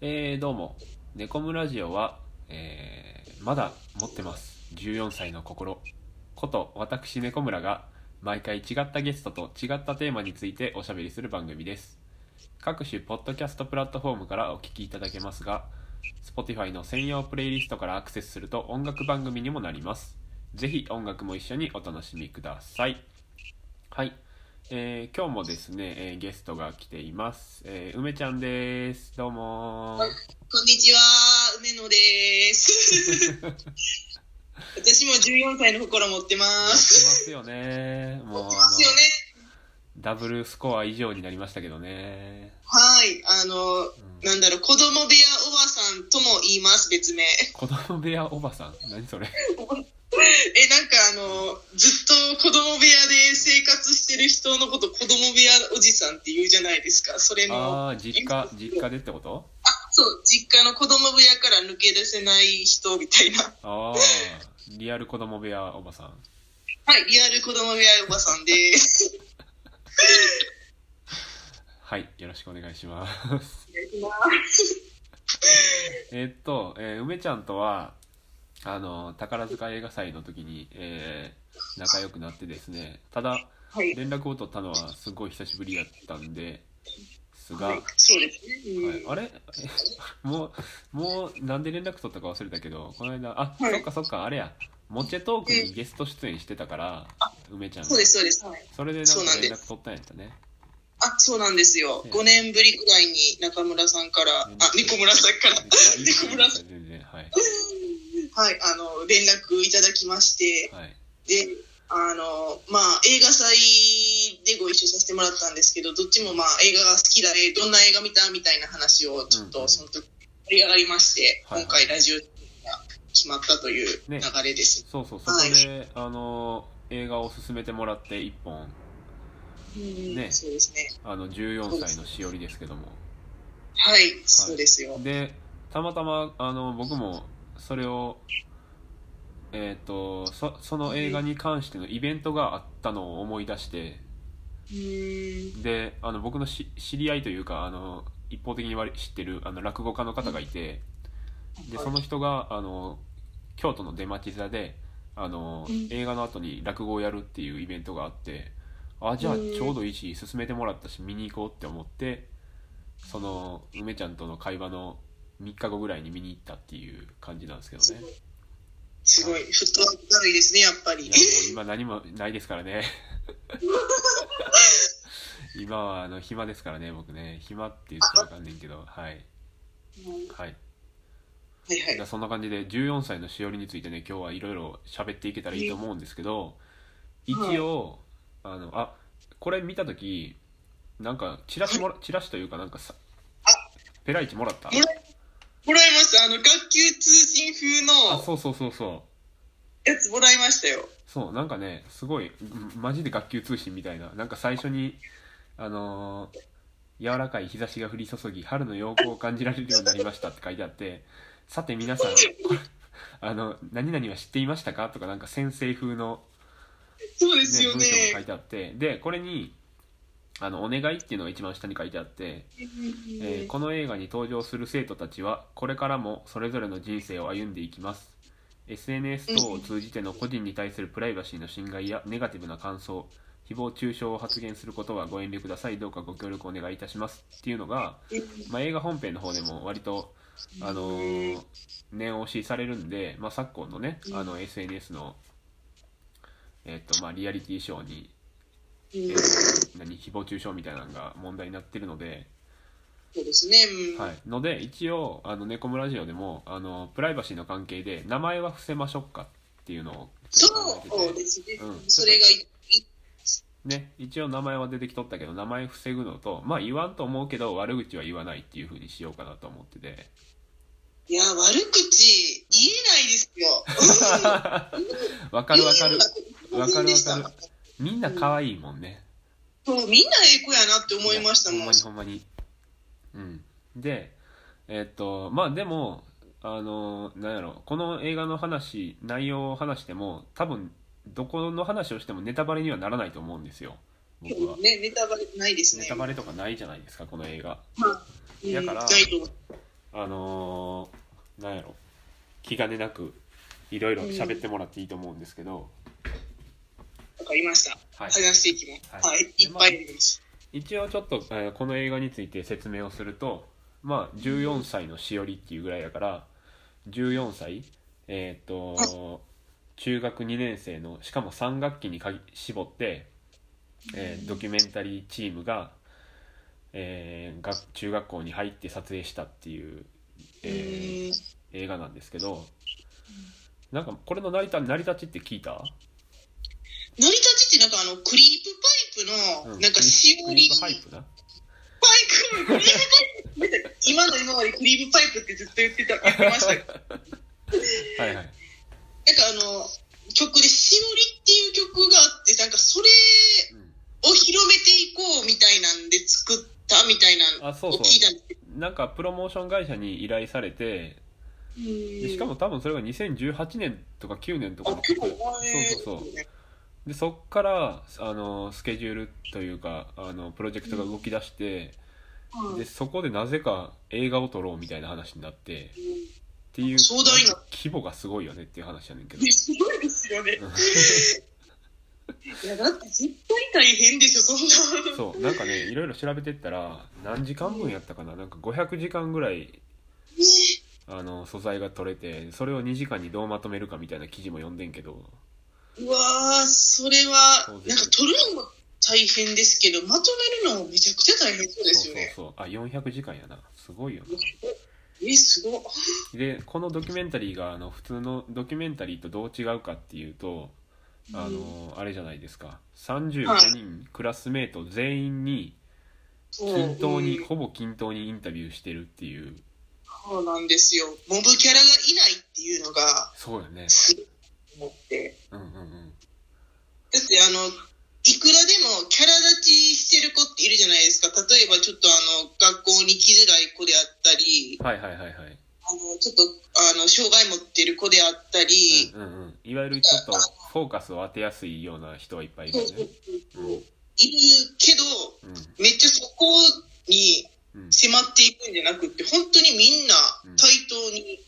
えー、どうも。ネコムラジオは、えー、まだ持ってます。14歳の心。こと、私ネコムラが、毎回違ったゲストと違ったテーマについておしゃべりする番組です。各種ポッドキャストプラットフォームからお聞きいただけますが、Spotify の専用プレイリストからアクセスすると音楽番組にもなります。ぜひ音楽も一緒にお楽しみください。はい。えー今日もですね、えーゲストが来ています。えー梅ちゃんです。どうもー。こんにちは、梅 野です。私も14歳の心持ってま。やってますすよね。もうあの持ってますよね。ダブルスコア以上になりましたけどね。はい、あの、うんなんだろう、子供部屋おばさんとも言います、別名。子供部屋おばさん何それえ、なんかあの、ずっと子供部屋で生活してる人のこと子供部屋おじさんって言うじゃないですか。それの、あああ、実家、実家でってことそう、実家の子供部屋から抜け出せない人みたいな。ああ、リアル子供部屋おばさん。はい、リアル子供部屋おばさ んです。はい、よろしくお願いします。 お願いしますえっと、えー梅ちゃんとは、あの、宝塚映画祭の時に、えー仲良くなってですね、ただ、はい。連絡を取ったのはすごい久しぶりだったんですが、はい、そうですね。うんはい、あれ えもう、もう、なんで連絡取ったか忘れたけど、この間、あ、はいそっかそっか、あれや、モチェトークにゲスト出演してたから、梅ちゃんがそうです、そうです。はい。それでなんそうなんかで連す絡取ったんやったね。あ、そうなんですよ。ええ5年ぶりぐらいに中村さんから、あ、猫村さんから、 めっちゃいい猫村でさすね全然、はい。ん、はい、あの、連絡いただきまして、はい。で、あの、まあ、映画祭でご一緒させてもらったんですけど、どっちもまあ、映画が好きだね、どんな映画見たみたいな話を、ちょっうんうと、んその時、盛り上がりまして、はいはい今回ラジオが決まったという流ねれです。そうそう、そこで、あの、映画を勧めてもらって、一本、うんねそうですね。あの、14歳のしおりですけども。はい、そうですよ。で、たまたま、あの、僕も、それを、えっ、とそ、その映画に関してのイベントがあったのを思い出して、うん。であの僕のし知り合いというかあの一方的に割り知ってるあの落語家の方がいてでその人があの京都の出町座であの、うん映画の後に落語をやるっていうイベントがあってあじゃあうんちょうどいいし勧めてもらったし見に行こうって思ってその梅ちゃんとの会話の3日後ぐらいに見に行ったっていう感じなんですけどねすごい、フットワーク軽いですね、やっぱいり や。もう今何もないですからね今はあの暇ですからね僕ね暇って言っちゃあかんねんけどはいうんはいはいはいじゃあ。そんな感じで14歳のしおりについてね今日はいろいろ喋っていけたらいいと思うんですけど一応あのあこれ見た時なんかチラシもらチラシというかなんかさペライチもらったもらもらいました。あの、学級通信風あのそうそうそうそうやつもらいましたよ。そうなんかねすごいうんマジで学級通信みたいななんか最初にあのー柔らかい日差しが降り注ぎ春の陽光を感じられるようになりましたって書いてあってさて皆さんこれあの何々は知っていましたかとかなんか先生風の、そうでね、すよ文章が書いね。てあってでこれにあのお願いっていうのが一番下に書いてあってえーこの映画に登場する生徒たちはこれからもそれぞれの人生を歩んでいきます SNS 等を通じての個人に対するプライバシーの侵害やネガティブな感想誹謗中傷を発言することはご遠慮くださいどうかご協力お願いいたしますっていうのが、まあ、映画本編の方でも割と、あのー念押しされるんで、まあ、昨今のねあの SNS の、えっとまあ、リアリティショーに、うんえー何誹謗中傷みたいなのが問題になってるので。そうですね。うんはい、ので一応あのネコムラジオでもあのプライバシーの関係で名前は伏せましょうかっていうのをちそょっと考えててうですねう。んそれがいい、ね、一応名前は出てきとったけど名前防ぐのとまあ言わんと思うけど悪口は言わないっていうふうにしようかなと思ってていや、悪口言えないですよ。 わわかるわかるわかるわかる。みんな可愛いもんね、そう、みんなええ子やなって思いましたほんもんまに。ほんまにうんでえっとまあでもあのなんやろこの映画の話内容を話しても多分どこの話をしてもネタバレにはならないと思うんですよ僕はね、ネタバレないですネね。タバレとかないじゃないですかこの映画まあうんだからないと思うあのーなんやろ気兼ねなくいろいろ喋ってもらっていいと思うんですけど、わかりました。はい話していきます。ははいい、い、っぱいあります。一応ちょっと、えーこの映画について説明をすると、まあ、14歳のしおりっていうぐらいだから14歳えーっと中学2年生のしかも3学期にかぎ絞って、えードキュメンタリーチームが、えー学中学校に入って撮影したっていう、えーうん映画なんですけど、なんかこれの成り立成り立ちって聞いた成り立ちってなんかあの、クリープパイプの、うんなんかしおクりリー、プハイプなパイク、クリープパイプ、今の今までクリープパイプってずっと言ってた、言ってましたけど はいはいなんかあの、曲で、しおりっていう曲があって、なんかそれうんを広めていこうみたいなんで作ったみたいなあそうのそを聞いたんですけど。うなんかプロモーション会社に依頼されてでしかも多分それが2018年とか9年とかあ、の結構前そうそうそうでそっからあのスケジュールというかあのプロジェクトが動き出して、うんでそこでなぜか映画を撮ろうみたいな話になってっていう壮大な規模がすごいよねっていう話やねんけど ねすごいですよね。いや、だって絶対大変でしょ、そんな。そうなんかねいろいろ調べてったら何時間分やったかななんか500時間ぐらいねあの素材が取れてそれを2時間にどうまとめるかみたいな記事も読んでんけどうわー、それはそう、でなんすか撮るのも大変ですけど、まとめるのもめちゃくちゃ大変そうですそうそようね。そうあ400時間やなすごいよえ、すごい。なでこのドキュメンタリーがあの普通のドキュメンタリーとどう違うかっていうとあのあれじゃないですか35人クラスメート全員に均等にうんほぼ均等にインタビューしてるっていうそうなんですよ。モブキャラがいないっていうのが、そうよねすごいと思って。うんうんうんだって、あの、いくらでもキャラ立ちしてる子っているじゃないですか。例えば、ちょっとあの、学校に来づらい子であったり、はいはいはいはいあの、ちょっと、あの、障害持ってる子であったり、うんうんうん、いわゆるちょっとフォーカスを当てやすいような人はいっぱいいるそうよそうね。そうそういるけど、うんめっちゃそこにうん迫っていくんじゃなくって、本当にみんなうん対等に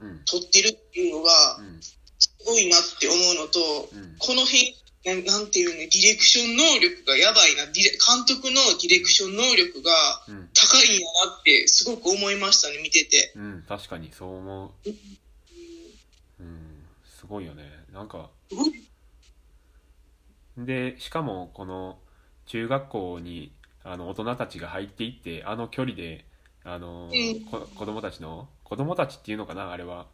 うん撮ってるっていうのが、うんすごいなって思うのと、うんこの辺なんなんていうのディレクション能力がやばいなディレ監督のディレクション能力がうん高いんやなってすごく思いましたね見て てうん確かにそう思う。うんすごいよね。なんかすごいでしかもこの中学校にあの大人たちが入っていってあの距離であのうんこ子供たちの子供たちっていうのかなあれは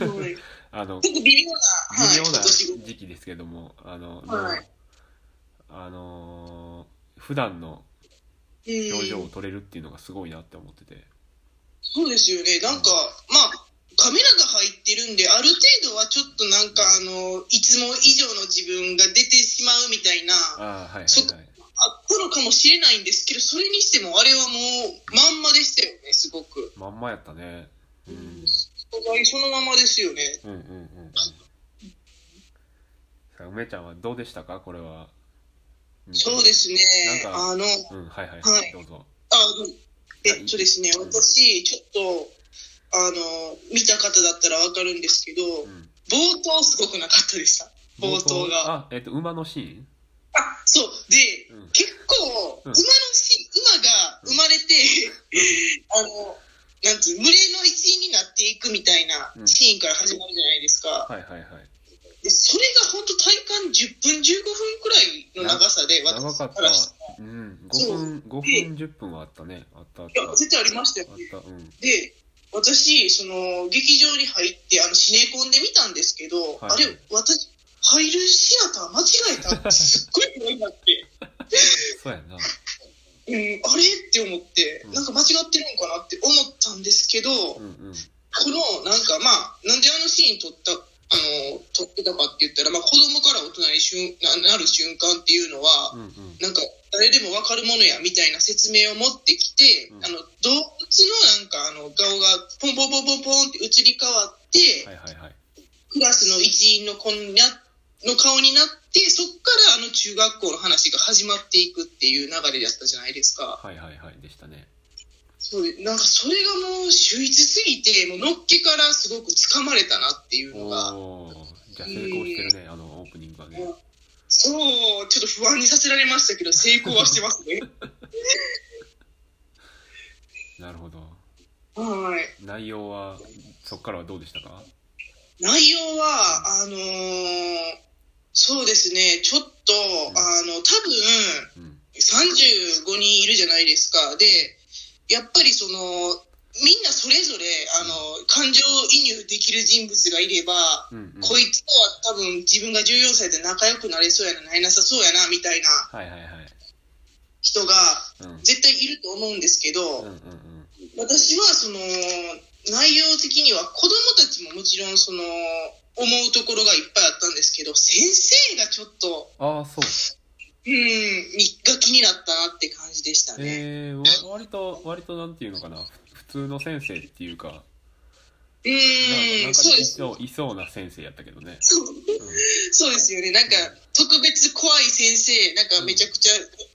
すごいあのちょっと微妙な、はい、微妙なちょっと時期ですけどもあの、はいあの普段の仕事表情うをん、撮れるっていうのがすごいなって思ってて、そうですよねなんかまあカメラが入ってるんである程度はちょっとなんかあのいつも以上の自分が出てしまうみたいなあっああはいはいそはいたのかもしれないんですけどそれにしてもあれはもうまんまでしたよねすごく。まんまやったね、うん、お互いそのままですよね。うんうんうんうんさあ梅ちゃんはどうでしたかこれはそうですねなん。かあの、うんはいはい、はいどうぞあ、えっとですね、うん私、ちょっと、あの、見た方だったらわかるんですけど、うん冒頭すごくなかったでした。冒頭が。あ、あえっと馬のシーンそう。で、うん結構、うん馬のし、馬が生まれて、あの、なんつう、群れの一員になっていくみたいなうんシーンから始まるじゃないですか。はいはいはいでそれが本当体感10分、15分くらいの長さで、長私かっからしたたうん5そう分五分10分はあったねあったあっら。たいや、絶対ありましたよあねっ。たうんで、私、その、劇場に入って、あの、シネコンで見たんですけど、はいあれ、私、入るシアター間違えたすっごい怖いなって、 そうやなうん、あれって思ってうん、なんか間違ってるのかなって思ったんですけど、うこんうんの、なんかまあ、なんであのシーン撮った、あの、撮ってたかって言ったら、まあ、子供から大人にしゅんななる瞬間っていうのは、うんうんなんか誰でもわかるものやみたいな説明を持ってきて、うんあの動物のなんかあの顔がポンポンポンポンポンって移り変わって、はいはいはいクラスの一員の子になの顔になってそこからあの中学校の話が始まっていくっていう流れだったじゃないですかはいはいはいでしたねそうなんかそれがもう秀逸すぎてもうのっけからすごく掴まれたなっていうのがおおじゃあ成功してるね、あのオープニングはねそうちょっと不安にさせられましたけど成功はしてま すねなるほどはい内容はそこからはどうでしたか内容は、あのーそうですね、ちょっと、んあの、多う分、ん35人いるじゃないですか。で、やっぱりその、みんなそれぞれ、あの、感情移入できる人物がいれば、うんうんこいつとは多分自分が14歳で仲良くなれそうやな、なれなさそうやな、みたいなはいはいはい人がうんうん絶対いると思うんですけど、うんうん私はその内容的には子供たちももちろんその思うところがいっぱいあったんですけど先生がちょっとああそううんにが気になったなって感じでしたね。えー、わ割と割となんていうのかなふ普通の先生っていうかなんかなうんんかそういですそういそうな先生やったけどね、そうそうですよねなんか特別怖い先生なんかめちゃくちゃ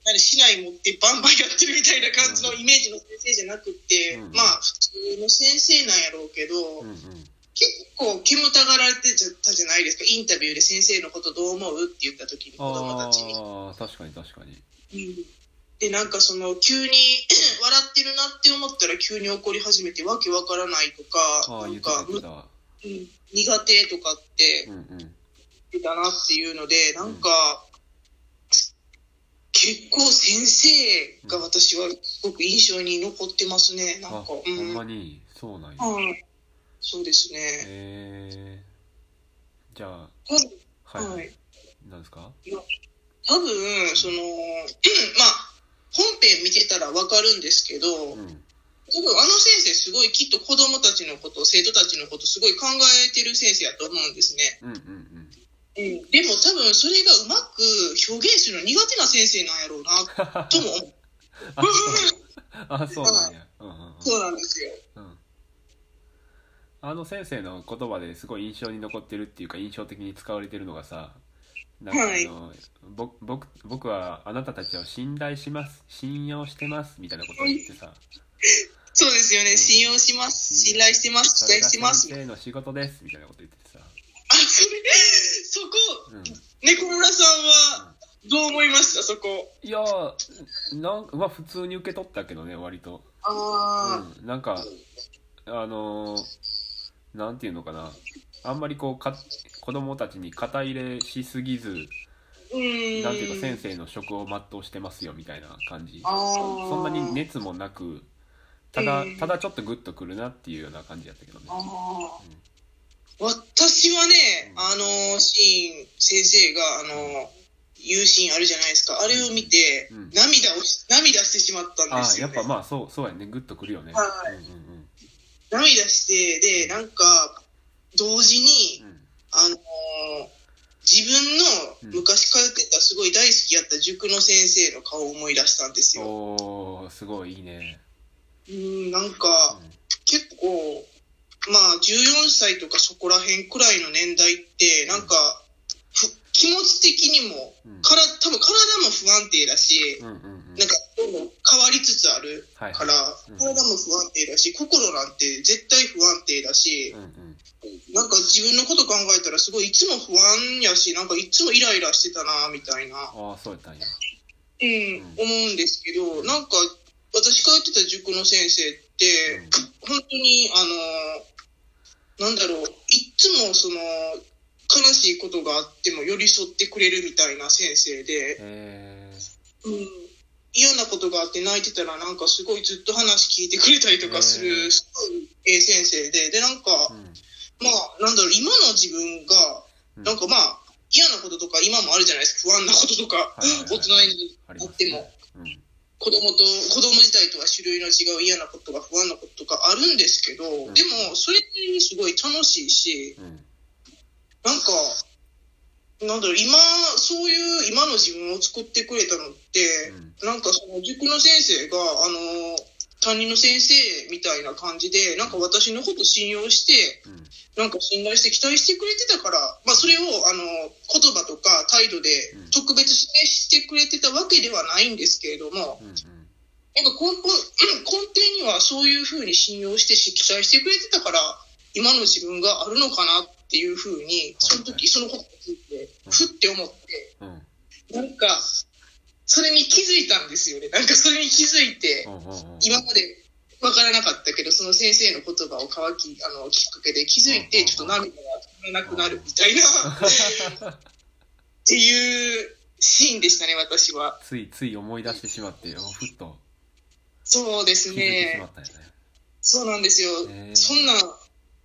あれ市内持ってバンバンやってるみたいな感じのイメージの先生じゃなくて、うんまあ普通の先生なんやろうけど。 うん、うんうん結構煙たがられてたじゃないですかインタビューで先生のことどう思うって言った時に子供たちに。ああ確かに確かにうんでなんかその急に 笑ってるなって思ったら急に怒り始めてわけわからないとあかあ言なっんてたか、言ってたわうん苦手とかってうんうん言ってたなっていうのでなんか、結構先生が私はすごく印象に残ってますねなあんかほうんん、まにそうなんやはいそうですね。えー、じゃあは、はいいなんですか多分その、うんまあ本編見てたらわかるんですけど、う多分んあの先生すごいきっと子供たちのこと、生徒たちのことすごい考えてる先生やと思うんですね。うんうんうんうん、でも多分それがうまく表現するの苦手な先生なんやろうな、とも思う。あそうあそうなんやうんうんうんそうなんですよ。うんあの先生の言葉ですごい印象に残ってるっていうか印象的に使われてるのがさなんかはいあの、ぼ僕僕はあなたたちを信頼します信用してますみたいなことを言ってさそうですよね。信用します。信頼してます。そ期れ待がしてます。先生の仕事ですみたいなこと言っててさ、あ、それ、そこ、うん、猫村さんはどう思いましたそこ。いやーなんまあ普通に受け取ったけどね割と、ああ、うん、なんかあのーなんていうのかなあんまりこうか子供たちに肩入れしすぎずうん。なんていうか先生の職を全うしてますよみたいな感じそそんなに熱もなくただうんただちょっとグッとくるなっていうような感じやったけどねあー私はね、うんあのシーン先生があの言うシーンあるじゃないですかあれを見て、うん涙をし涙してしまったんあであすやよ、っねぱまあそうそうやねグッとくるよねはうんうん涙してでなんか同時に、うんうんあの自分の昔通ってたすごい大好きやった塾の先生の顔を思い出したんですよ。おーすごいいいねうん、なんか結構まあ14歳とかそこら辺くらいの年代ってなんかふ気持ち的にもうんうんから多分体も不安定だしうんうんうんなんかどんどん変わりつつあるはいはからうん体も不安定だし心なんて絶対不安定だいしうんうんなんか自分のこと考えたらすごいいつも不安やしなんかいつもイライラしてたなみたいな、ああそうやったんやうん、思うんですけどなんか私通ってた塾の先生って本当にあのなんだろういっつもその悲しいことがあっても寄り添ってくれるみたいな先生で、えうん、嫌なことがあって泣いてたらなんかすごいずっと話聞いてくれたりとかすへえるすごいええ先生ででなんーうかんまあなんだろう今の自分がうんなんかまあ嫌なこととか今もあるじゃないですか不安なこととかはいはいは い大人にありあまっすてもねうん子供と子供自体とは種類の違う嫌なことが不安なこととかあるんですけど、んでもそれにすごい楽しいしうんなんかなんだろう今そういう今の自分を作ってくれたのって、なんかその塾の先生があの担任の先生みたいな感じでなんか私のこと信用してうんうんなんか信頼して期待してくれてたから、まあ、それをあの言葉とか態度でうん特別示してくれてたわけではないんですけれども。うんうんなん か根本、根底にはそういうふうに信用してし期待してくれてたから、今の自分があるのかなっていうふうに、その時、そのことについて、ふって思って、うんうんなんか、それに気づいたんですよね。なんかそれに気づいて、うんうん今まで分からなかったけど、その先生の言葉を皮き、あの、きっかけで気づいて、ちょっと涙が止まらなくなるみたいな、 っていうシーンでしたね、私は。ついつい思い出してしまってふっとそうです気づいてしまねっ。たよねそうなんですよ。へーそんな、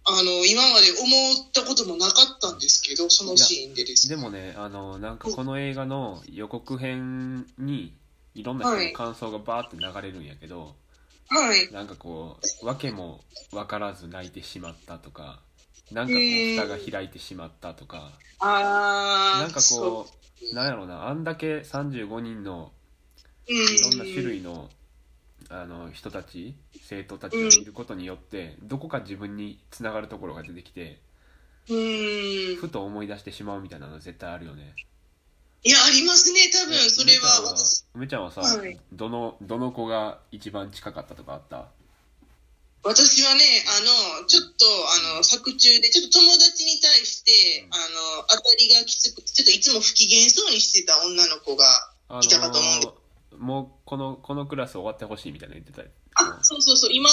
あの、今まで思ったこともなかったんですけど、そのシーンでですでね。もねあのなんかこの映画の予告編にいろんな人の感想がバーって流れるんやけど、はい。なんかこう訳も分からず泣いてしまったとかなんかこえうー蓋が開いてしまったとか、あー。なんかこうなんやろうなあんだけ35人のう、うん。いろんな種類のあの人たち生徒たちを見ることによってどこか自分につながるところが出てきてうん。ふと思い出してしまうみたいなの絶対あるよね。いや、ありますね、多分、えそれは。梅ちゃんはさ、はいどのどの子が一番近かったとかあった私はね、あの、ちょっと、あの、作中で、ちょっと友達に対しうて、んあの、当たりがきつくて、ちょっといつも不機嫌そうにしてた女の子が、あのいたかと思うんでーもうこのこのクラス終わってほしいみたいなの言ってたよあ、そうそうそう、今、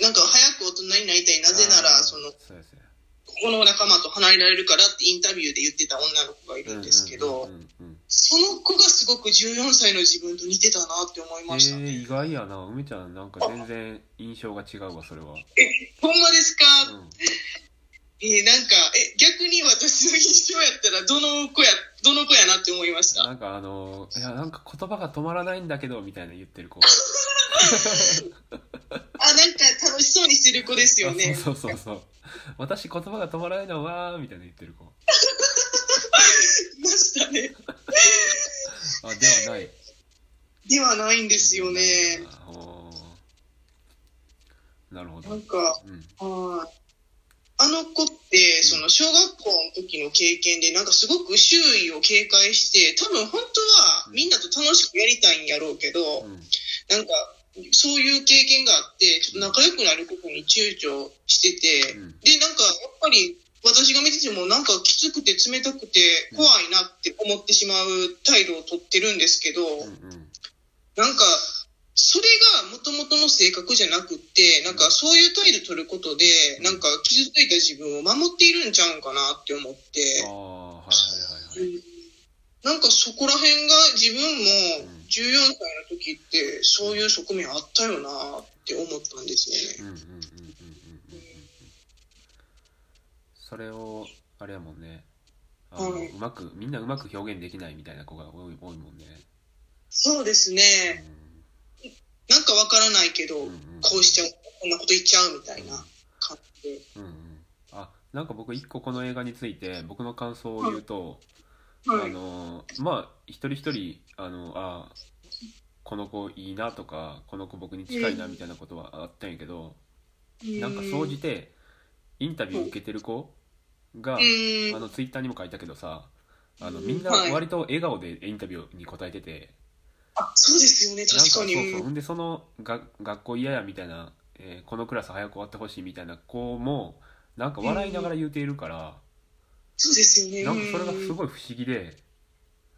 なんか早く大人になりたい、なぜなら、あーその、そうですねここの仲間と離れられるからってインタビューで言ってた女の子がいるんですけど、うんうんうんうんその子がすごく14歳の自分と似てたなって思いえましたー、ね。意外やな梅ちゃんなんか全然印象が違うわそれは、ほんまですか、うん、えーなんか、え、逆に私の印象やったら、どの子や、どの子やなって思いました。なんかあのーいやなんか言葉が止まらないんだけどみたいな言ってる子あ、なんか楽しそうにしてる子ですよね。あ そうそうそうそう私言葉が止まらないのはみたいな言ってる子いましたね。あではないではないんでですよね。なるほどなんか、うんはいあの子って、その小学校の時の経験で、なんかすごく周囲を警戒して、多分本当はみんなと楽しくやりたいんやろうけど、うんなんか、そういう経験があって、ちょっと仲良くなることに躊躇してて、うんで、なんか、やっぱり、私が見てても、なんかきつくて冷たくて怖いなって思ってしまう態度をとってるんですけど、うんうんなんか、それが元々の性格じゃなくって、なんかそういう態度取ることで、なんか傷ついた自分を守っているんちゃうんかなって思っあて、あはいはいはいはいなんかそこら辺が自分もうん14歳の時ってそういう側面あったよなって思ったんですよね。うんうんうんうんうんうんうんそれをあれやもんねあの、はいうまくみんなうまく表現できないみたいな子が多い多いもんね、そうですうんね。なんかわからないけど、うんこうん、うしちゃう、こんなこと言っちゃうみたいな感じで。うんうんあなんか僕一個この映画について僕の感想を言うと、はあい。のまあ一人一人あのあこの子いいなとかこの子僕に近いなみたいなことはあったんやけど、なんか総じてインタビュー受けてる子が、うんあのツイッターにも書いたけどさあのうんみんなはい割と笑顔でインタビューに答えてて、あ、そうですよなね、んか確そかうに。そうほんでそのが学校嫌やみたいな、えーこのクラス早く終わってほしいみたいな子もなんか笑いながら言うているから、そうですよね。なんかそれがすごい不思議で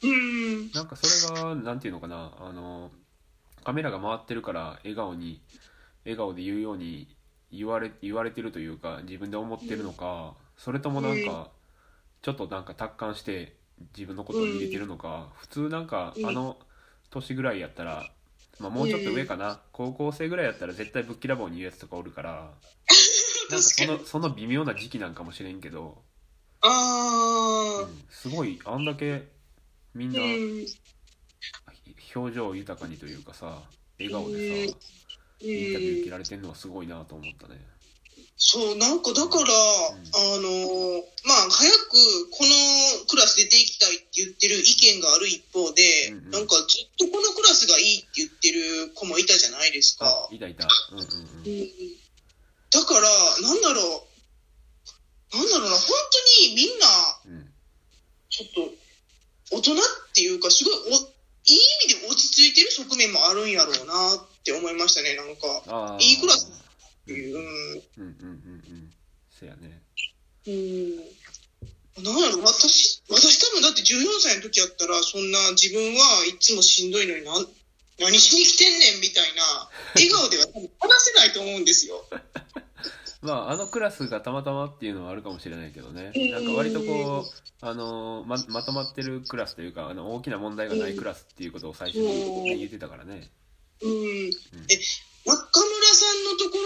うん。なんかそれがなんていうのかなあのカメラが回ってるから笑顔に笑顔で言うように言われ言われてるというか自分で思ってるのか、それともなんか、ちょっとなんか達観して自分のことを入れてるのか、普通なんか、うんあの年ぐらいやったら、まあ、もうちょっと上かな、高校生ぐらいやったら絶対ぶっきらぼうに言うやつとかおるから なんかそのその微妙な時期なんかもしれんけど、うああ、んすごいあんだけみんうな。ん。表情豊かにというかさ笑顔でさうインタビュー受けん。られてるのはすごいなと思ったねそう、なんかだから、あのー、まあ、早くこのクラス出ていきたいって言ってる意見がある一方で、うんうんなんかずっとこのクラスがいいって言ってる子もいたじゃないですか。あいたいたうんうんううんんだから、なんだろう、なんだろうな、本当にみんうな、んちょっと、大人っていうか、すごいお、いい意味で落ち着いてる側面もあるんやろうなっ思いましたね、なんか。ああいいクラスううんん。うんうんうんうんせやねうん。なんやろ、私、私多分だって14歳の時やったら、そんな自分はいつもしんどいのになん、何しに来てんねんみたいな、笑顔では多分話せないと思うんですよ。まああのクラスがたまたまっていうのはあるかもしれないけどねなんか割とこうあのままとまってるクラスというかあの大きな問題がないクラスっていうことを最初にね言ってたからねうん。え、中村さんのとこ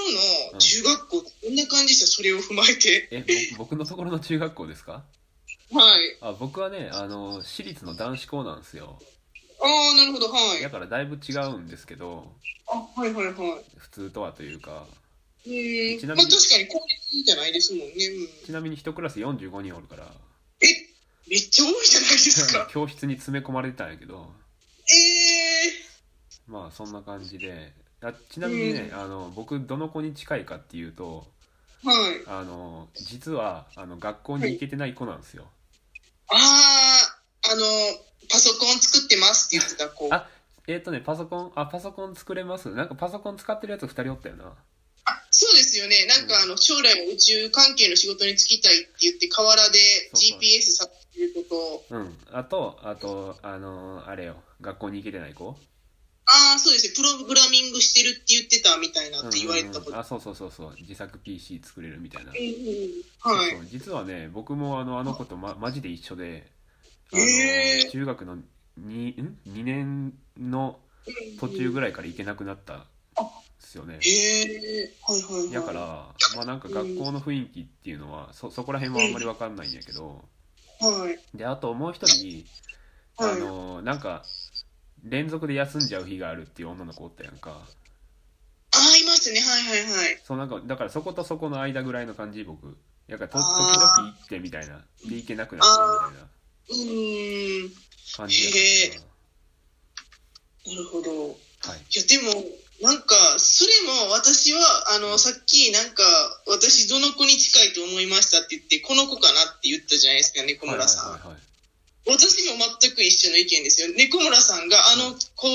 ろの中学校、どんな感じでしたそれを踏まえて。えぼ僕のところの中学校ですかはい。あ僕はねあの私立の男子校なんですよああ、なるほど、はいだ。からだいぶ違うんですけどあ、はいはいはい。普通とはというかうん。ちまなあみに確かに公立じゃないですもんね。うん、ちなみに一クラス45人おるからえ、めっちゃ多いじゃないで すか。教室に詰め込まれてたんやけどえまあそんな感じであちなみにね、うあの僕どの子に近いかっていうとー、はい。あの実はあの学校に行けてない子なんですよ、ああ、あの、パソコン作ってますって言ってた子。あえっ、とねパソコンあパソコン作れますなんかパソコン使ってるやつ2人おったよなあそうですよね。なんか、あの、将来宇宙関係の仕事に就きたいって言って、河原でそうそう GPS さっていうことを。うんあとあとあのあれよ学校に行けてない子ああ、そうですね。プログラミングしてるって言ってたみたいなって言われてたうんう子。んうんあそうそうそうそう自作 PC 作れるみたいな、うんうんそうはい。そう実はね僕もあのあの子と、ま、マジで一緒で、あのへー中学の 2, ん2年の途中ぐらいから行けなくなったんですよねへえ、はいはいはい。だから、まあ、なんか学校の雰囲気っていうのはそそこら辺はあんまり分かんないんやけどはい。であともう一人あはい。のなんか連続で休んじゃう日があるっていう女の子おったやんかああ、いますね。はいはいはい。そうなんかだからそことそこの間ぐらいの感じ僕やからと時あ々行ってみたいなで行けなくなってみたいなうーん、感じやったかなるほど。なはいいや、でも、なんか、それも私は、あの、さっき、なんか、私、どの子に近いと思いましたって言って、この子かなって言ったじゃないですか、猫はいはい村さん。はいはい私も全く一緒の意見ですよ。猫村さんがあの子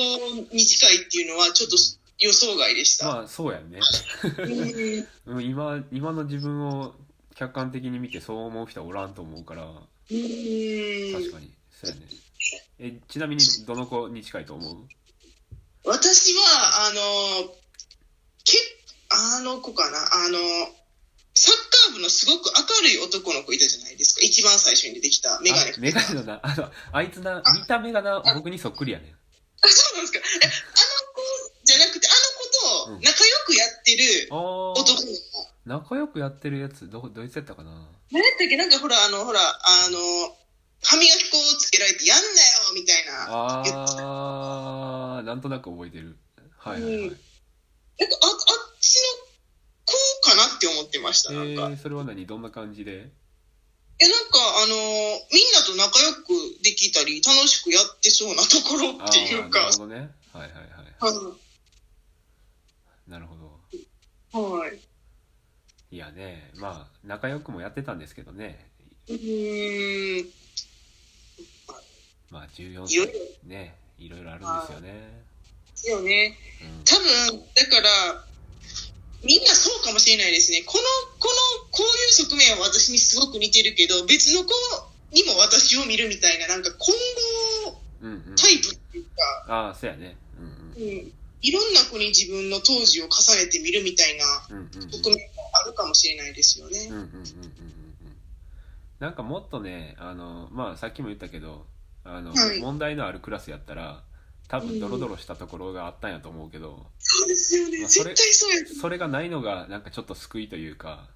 に近いっていうのは、ちょっと予想外でした。まあそうやんねううんん今今の自分を客観的に見てそう思う人はおらんと思うからうん 確かにそうやねえちなみにどの子に近いと思う私は、あの、けあの子かな、あの、サッカー部のすごく明るい男の子いたじゃないですか、一番最初に出てきたメガネあ。メガネのなあのあいつな見た目がな僕にそっくりやねあ、 そうなんですか。え、あの子じゃなくて、あの子と仲良くやってるああ男の子。仲良くやってるやつどどいつやったかな何やったっけなんかほら、あの、ほら、あの、歯磨き粉をつけられてやんなよみたいな。あーなんとなく覚えてるはいはいはい、うんなんかあ、あっちの子かなって思ってました、なんえか。ー、それは何どんな感じでえ、なんか、あの、みんなと仲良くできたり、楽しくやってそうなところあっていあうか。なるはほどねはいはいはいなるほどい。はい。いやねまあ仲良くもやってたんですけどねうーん。まあ14いろい歳ろねいろいろあるんですよね、ですよね。うん、多分だからみんなそうかもしれないですねこのこのこういう側面は私にすごく似てるけど別の子にも私を見るみたいななんか混合うんうんタイプっていうか、ああそうやねうんうん、いろんな子に自分の当時を重ねて見るみたいなうんうんうんうん側面もあるかもしれないですよねうん。うんうんうんうんうんなんかもっとねあのまあさっきも言ったけどあの、はい問題のあるクラスやったら多分ドロドロしたところがあったんやと思うけど、そうですよねまあ絶それ対そうやそれがないのがなんかちょっと救いというか、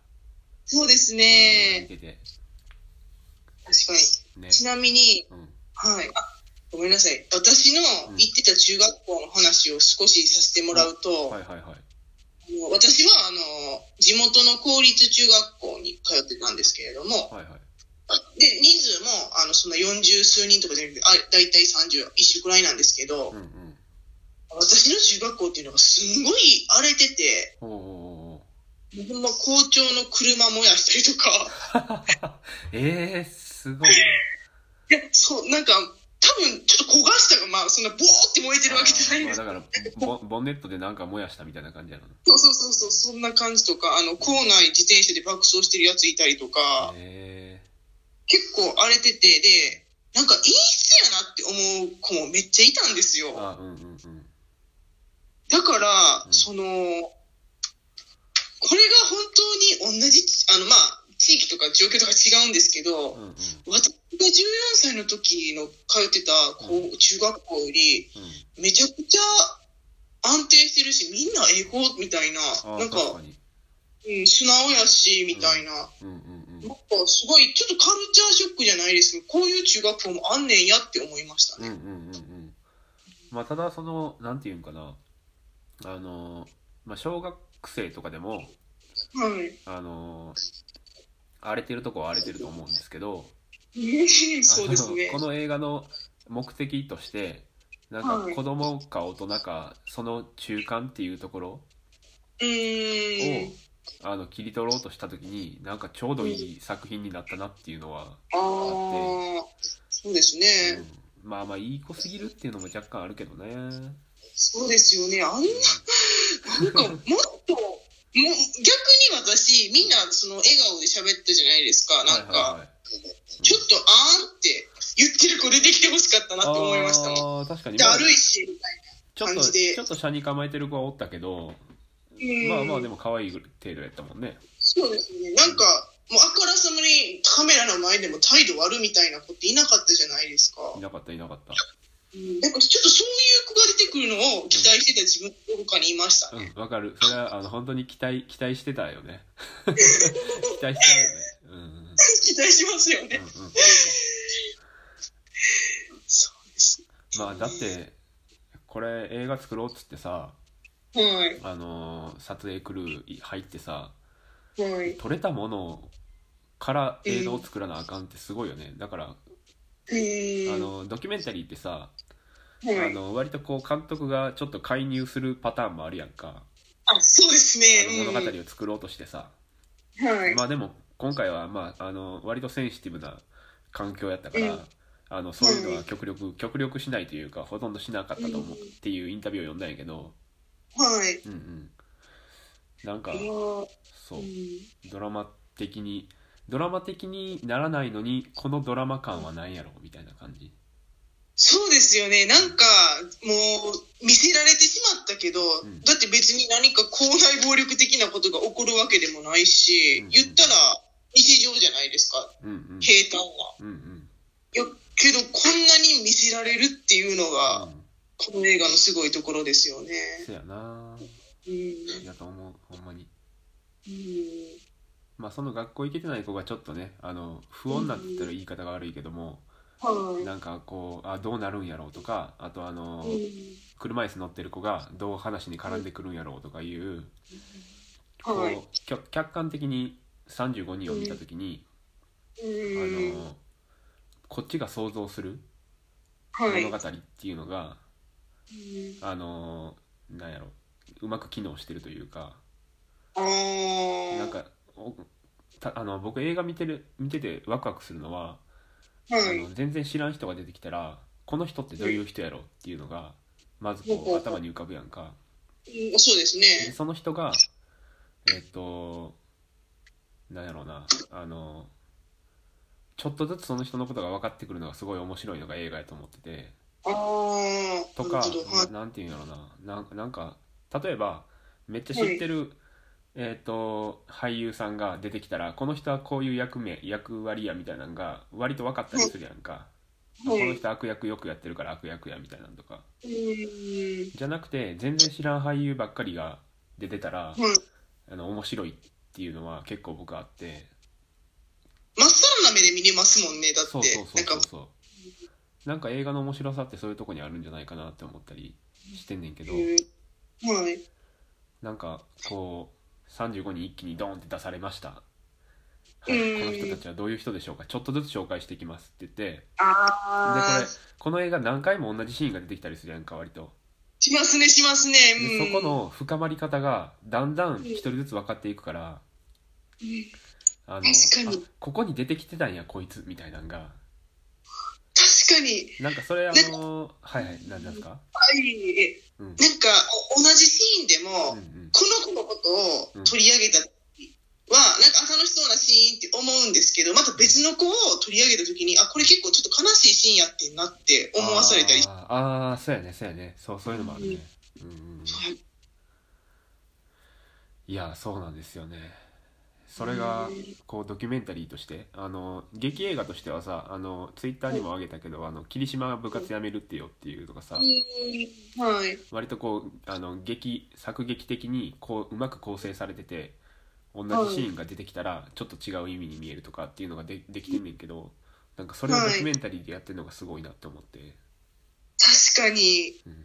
そうです見ねてて確かにね、ちなみにうん、はいあごめんなさい私の行ってた中学校の話を少しさせてもらうと、はいはいはい私はあの地元の公立中学校に通ってたんですけれども、はいはいで人数もあのそんな40数人とかじゃなくて、あ大体31種くらいなんですけどう、んうん私の中学校っていうのがすんごい荒れてて、おうおうおうもうほんま校長の車燃やしたりとか、お うえー、すごいねいや、そう、なんか、多分、ちょっと焦がしたが、まあ、そんな、ボーって燃えてるわけじゃないまんであすだからボンボンネットでなんか燃やしたみたいな感じやろそうそうそうそう、そんな感じとか、あの、校内自転車で爆走してるやついたりとかな、へえ結構荒れてて、で、なんか、いい人やなって思う子もめっちゃいたんですよ。あうんうんうんだから、うんその、これが本当に同じ、あの、まあ、地域とか状況とか違うんですけど、うんうんうん私が14歳の時の通ってた高中学校より、めちゃくちゃ安定してるし、みんな英語みたいあな、なん確か、かにうん、素直やし、みたいな。うんうんうんなんかすごい、ちょっとカルチャーショックじゃないですけど、こういう中学校もあんねんやって思いましたうんね。うんうんうんまあただそのなんていうんかなあのまあ小学生とかでもはい。あの荒れてるとこは荒れてると思うんですけどそうですねあ。のこの映画の目的としてなんかはい子供か大人かその中間っていうところうをーん。あの切り取ろうとした時になんかちょうどいい作品になったなっていうのは、ああ、そうですね。うんまあまあいい子すぎるっていうのも若干あるけどねそうですよね。あんな、なんかもっと、もう逆に私、みんなその笑顔で喋ったじゃないですか。なんか、はいはいはいちょっとあーんって言ってる子出てきてほしかったなって思いましたもん。あー確かに、だまあるいし、みたいちょっ感とじでちょっと車に構えてる子はおったけどな。まあうんまあでも可愛い程度やったもんねそうですね。なんか、もうあからさまにカメラの前でも態度悪みたいな子っていなかったじゃないですか。いなかったいなかったなんかちょっとそういう子が出てくるのを期待してた自分の他にいましたうね。ん、わかる。それは、あの、本当に期待、期待してたよね。 期待しちゃうよね。うんうん。うんうん期待しますよね。そうです。まあ、だって、これ映画作ろうっつってさ、はい。あのー撮影クルー入ってさ、はい。撮れたものから映像を作らなあかんってすごいよね。だから、えー、あの、ドキュメンタリーってさ、はあい。の、割とこう、監督がちょっと介入するパターンもあるやんか。あ、そうですねあ。のうん物語を作ろうとしてさ。はい。まあでも今回はまああの割とセンシティブな環境やったから、うんあのそういうのは極力、極力しないというかほとんどしなかったと思うっていうインタビューを読んだんやけど、はい。うんうん、なんかあーそううんドラマ的にドラマ的にならないのにこのドラマ感は何やろみたいな感じ、そうですよね。なんか、もう、見せられてしまったけど、んだって別に何か校内暴力的なことが起こるわけでもないし、うん言ったら日常じゃないですか、うんうん、平坦は。うんうんいや、けどこんなに見せられるっていうのうが、んこの映画のすごいところですよね。せやなうん。やと思うほんまにうんまあその学校行けてない子がちょっとねあの不穏なんて言ったら言い方が悪いけども、はなんかこうあどうなるんやろうとかあとあの、い。うん車椅子乗ってる子がどう話に絡んでくるんやろうとかいう,、はいこうきょ客観的に35人を見た時に、うんあのこっちが想像するはい物語っていうのが、うんあのなんやろうまく機能してるというかあーなんかおたあの僕映画見てる見ててワクワクするのは、はあい。の全然知らん人が出てきたらこの人ってどういう人やろうっていうのがまずこううん頭に浮かぶやんか。うんそうですでね。その人がえっ、となんやろうなあのちょっとずつその人のことが分かってくるのがすごい面白いのが映画やと思っててああ。とかなるほどはいななんていうんやろうななんなんか例えばめっちゃ知ってる、えっ、と俳優さんが出てきたらこの人はこういう役目役割やみたいなのが割と分かったりするやんか、はいはいこの人悪役よくやってるから悪役やみたいなのとかうんじゃなくて全然知らん俳優ばっかりが出てたら、はいあの面白いっていうのは結構僕あって真っ青な目で見れますもんね、だって。そうそうそうなそんうか、そうなんか映画の面白さってそういうとこにあるんじゃないかなって思ったりしてんねんけどうんはい。なんかこう35人一気にドーンって出されましたはい、うんこの人たちはどういう人でしょうかちょっとずつ紹介していきますって言ってでこれああ。この映画何回も同じシーンが出てきたりするやんか割としますね、しますね。でうん、そこの深まり方がだんだん一人ずつ分かっていくからうん。あの確かにあここに出てきてたんやこいつみたいなんが確かに。なんかそれあのはいはい何ですかはい。うんうんなんか、お同じシーンでも、うんこの子のことを取り上げた時は、なんかあ楽しそうなシーンって思うんですけど、また別の子を取り上げた時に、あ、これ結構ちょっと悲しいシーンやってんなって思わされたりしあーあーそうやねそうやねそうそういうのもあるねうんうんうんはいいやそうなんですよねそれがこうドキュメンタリーとしてあの劇映画としてはさあのツイッターにも上げたけどあの霧島が部活やめるってよっていうとかさうんはい。割とこうあの劇作劇的にこううまく構成されてて同じシーンが出てきたらちょっと違う意味に見えるとかっていうのがでできてんねんけどなんかそれをドキュメンタリーでやってるのがすごいなって思って、確かに、うん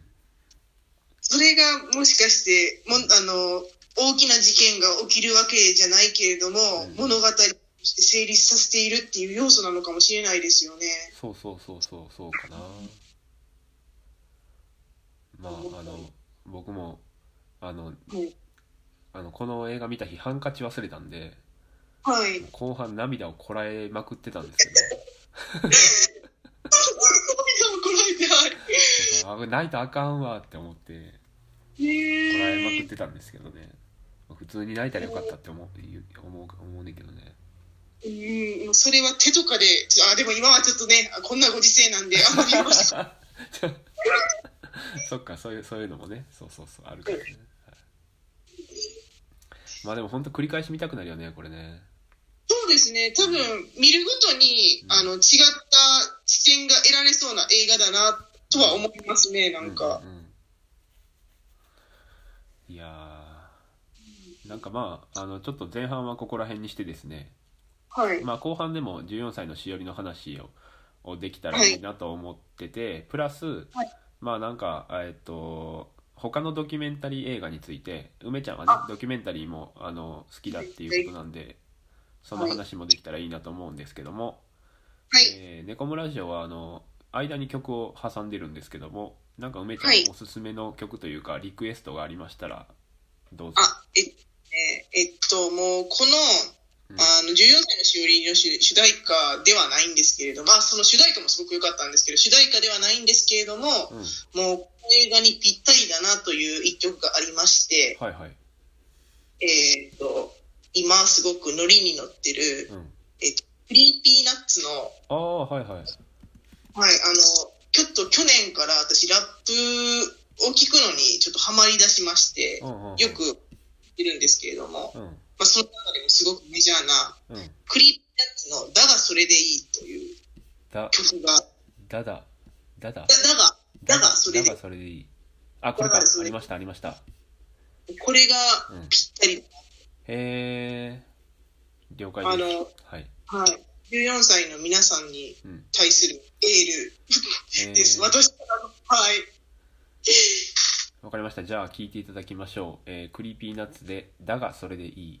それがもしかして、もんあの、大きな事件が起きるわけじゃないけれども、うん物語として成立させているっていう要素なのかもしれないですよね。そうそうそうそうそうかなまああの僕もあのはいあのこの映画見た日ハンカチ忘れたんではい。 後半涙をこらえまくってたんですけこらえてはい。どあ泣いたらあかんわって思ってこらえまねくってたんですけどね普通に泣いたらよかったって思う思う思うねんけどね え。うん、もうそれは手とかで、ちょあ、でも今はちょっとね、あこんなご時世なんで、あんまりよろしくそっかそういうそういうのもねそうそうそうあるからね、はいまあでも本当繰り返し見たくなるよねこれね そうですね、多分、見るごとに、あの、違った視点が得られそうな映画だな、とは思いますね、なんか。うんうんうんいやーなんかまああのちょっと前半はここら辺にしてですね、はい。まあ、後半でも14歳のしおりの話ををできたらはいいいなと思ってて、プラス、はいまあなんかえっと他のドキュメンタリー映画について梅ちゃんはねドキュメンタリーもあの好きだっていうことなんでその話もできたらいいなと思うんですけどもはい。えー、ネコムラジオはあの間に曲を挟んでるんですけどもなんか梅ちゃんはいおすすめの曲というか、リクエストがありましたらどうぞあ、えっとね、えっと、もう、この、うんあの、14歳のしおりの主主題歌ではないんですけれども、まあ、その主題歌もすごく良かったんですけど、主題歌ではないんですけれども、うんもう、この映画にぴったりだなという一曲がありまして、はいはいえっと、今すごくノリに乗ってる、うんえっと、クリーピーナッツの、はい、ああはいはいあの、ちょっと去年から私、ラップを聞くのにちょっとハマりだしましてう、んうんうんよくいるんですけれども、うんまあ、その中でもすごくメジャーな、うんクリーピーナッツの、だがそれでいいというだ曲が、だだだだだだが、だがそれだでがそれでいいあこれかだがそあれりましたありましたこれがうんぴったり、へえ了解あですの、はいはい、14歳の皆さんにうん対するエーへルーです。私からの、はい。わかりましたじゃあ聴いていただきましょう、えー、クリーピーナッツで「だがそれでいい」